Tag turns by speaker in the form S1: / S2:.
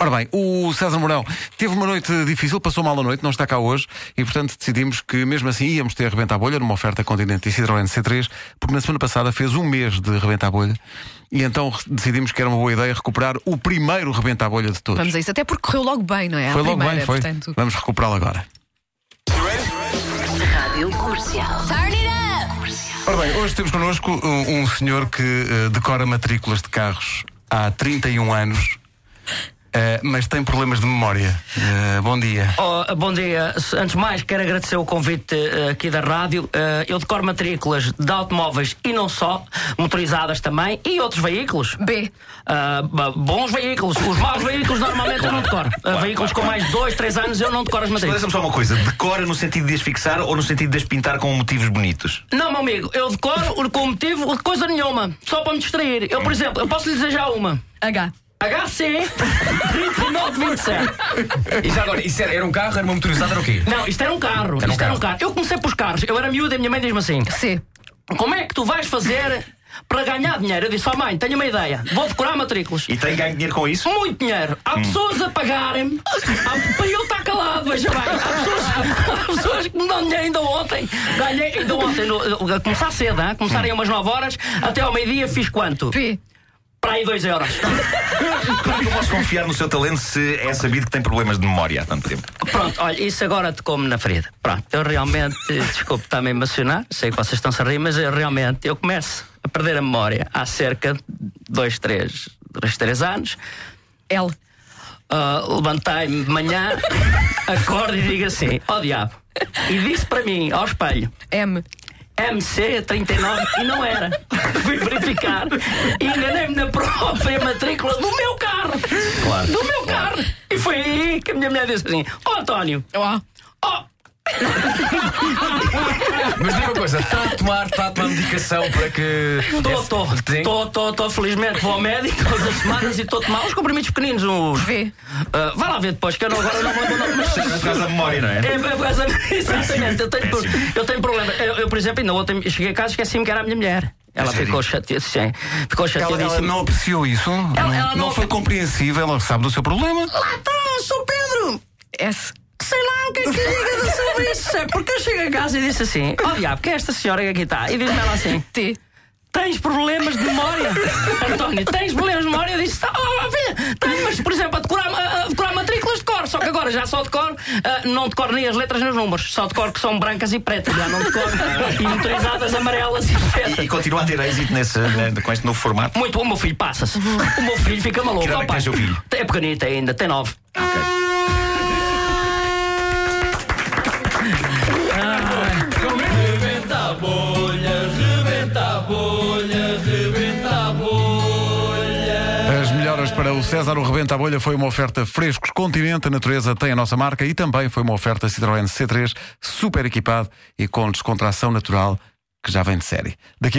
S1: Ora bem, o César Mourão teve uma noite difícil, passou mal a noite, não está cá hoje e, portanto, decidimos que mesmo assim íamos ter Rebenta a Bolha numa oferta Continente e Citroën C3, porque na semana passada fez um mês de Rebenta a Bolha e então re- decidimos que era uma boa ideia recuperar o primeiro Rebenta a Bolha de todos.
S2: Vamos a isso. Até porque correu logo bem, não é? À
S1: foi logo
S2: primeira,
S1: bem, foi.
S2: portanto.
S1: Vamos recuperá-lo agora.
S3: Rádio Comercial. Turn it up!
S1: Ora bem, hoje temos connosco um, um senhor que eh, decora matrículas de carros há 31 anos, eh, mas tem problemas de memória. Eh, bom dia.
S4: Oh, bom dia. Antes de mais, quero agradecer o convite eh, aqui da rádio. Eh, eu decoro matrículas de automóveis e não só, motorizadas também, e outros veículos.
S2: B.
S4: Ah, ba- bons veículos. Os maus veículos normalmente eu não decoro. Ah, veículos com mais de 2, 3 anos eu não decoro as matrículas.
S5: Esclareça-me só uma coisa: decora no sentido de as fixar ou no sentido de as pintar com motivos bonitos?
S4: Não, meu amigo, eu decoro com motivo de coisa nenhuma, só para me distrair. Eu, por exemplo, eu posso lhe dizer já uma.
S2: H.
S4: HC 3927.
S6: E já agora, isso era, era um carro, era uma motorizada, era o quê?
S4: Não, isto era um carro.
S6: Era um
S4: isto era um
S6: carro.
S4: carro. Eu comecei pelos carros. Eu era miúdo e a minha mãe diz-me assim:
S2: C.
S4: Como é que tu vais fazer para ganhar dinheiro? Eu disse, ó mãe, tenho uma ideia. Vou decorar matrículas.
S5: E tem ganho dinheiro com isso?
S4: Muito dinheiro. Há pessoas a pagarem-me há- um para eu estar calado, veja bem. Há pessoas, há pessoas que me dão dinheiro ainda ontem. Ganhei ainda ontem, no- a começar cedo, hein? começarem umas 9 horas, até ao meio-dia fiz quanto?
S2: P.
S4: Para aí 2 euros.
S5: Como é que eu posso confiar no seu talento se é sabido que tem problemas de memória há tanto tempo?
S4: Pronto, olha, isso agora tocou-me na ferida. Pronto, eu realmente, eh, desculpe estar-me a emocionar, sei que vocês estão-se a rir, mas eu realmente, eu começo a perder a memória há cerca de dois, três, dois, três anos.
S2: L.
S4: Ah, Levantei-me de manhã, acordo e digo assim, ó diabo. E disse para mim, ao espelho,
S2: M.
S4: MC39 e não era. Fui verificar e enganei-me na própria matrícula do meu carro.
S5: Claro,
S4: Do meu carro. E foi aí que a minha mulher disse assim, ó António,
S2: O.
S4: ó...
S6: Mas diga uma coisa, está a tomar, está a tomar medicação para que.
S4: Tô, tô,
S6: Tem?
S4: tô, tô, tô, felizmente vou ao médico todas as semanas e estou a tomar uns comprimidos pequeninos, uns.
S2: V.
S4: Ah, vai lá ver depois, que eu não, agora não vou mandar mas-
S5: Isto é por causa da memória, não é?
S4: É, por causa- Exatamente, eu tenho, pro-
S5: Péssimo.
S4: eu tenho problema. Eu, eu, por exemplo, ainda ontem cheguei a casa e esqueci-me que era a minha mulher. Ela
S5: sério?
S4: ficou chateada. Sim, ficou
S1: Ela, ela
S4: chateadíssima.
S1: não apreciou isso? não, é? não
S4: ela não-
S1: foi compreensível, ela sabe do seu problema.
S4: Então, sou Pedro!
S2: S.
S4: Sei lá o que é que lhe diga sobre isso. É porque eu chego a casa e disse assim: Ó diabo, que é esta senhora que aqui está? E diz-me ela assim:
S2: T.
S4: Tens problemas de memória? António, tens problemas de memória? Eu disse, "Tá, oh, filha, tenho, mas, por exemplo, a decorar, a- a decorar matrículas de cor, só que agora já só decoro, ah, não decoro nem as letras nem os números, só decoro que são brancas e pretas, já não decoro, e motorizadas amarelas e
S5: E, e
S4: pretas.
S5: continua a ter êxito nesse, né, com este novo formato.
S4: Muito bom, o meu filho passa-se. O meu filho fica maluco.
S5: Que idade é que
S4: opa.
S5: tem seu filho?
S4: Uhum. É pequenito ainda, tem nove.
S1: As melhoras para o César, o Rebenta a Bolha foi uma oferta frescos Continente, a natureza tem a nossa marca e também foi uma oferta Citroën C3, super equipado e com descontração natural que já vem de série. Daqui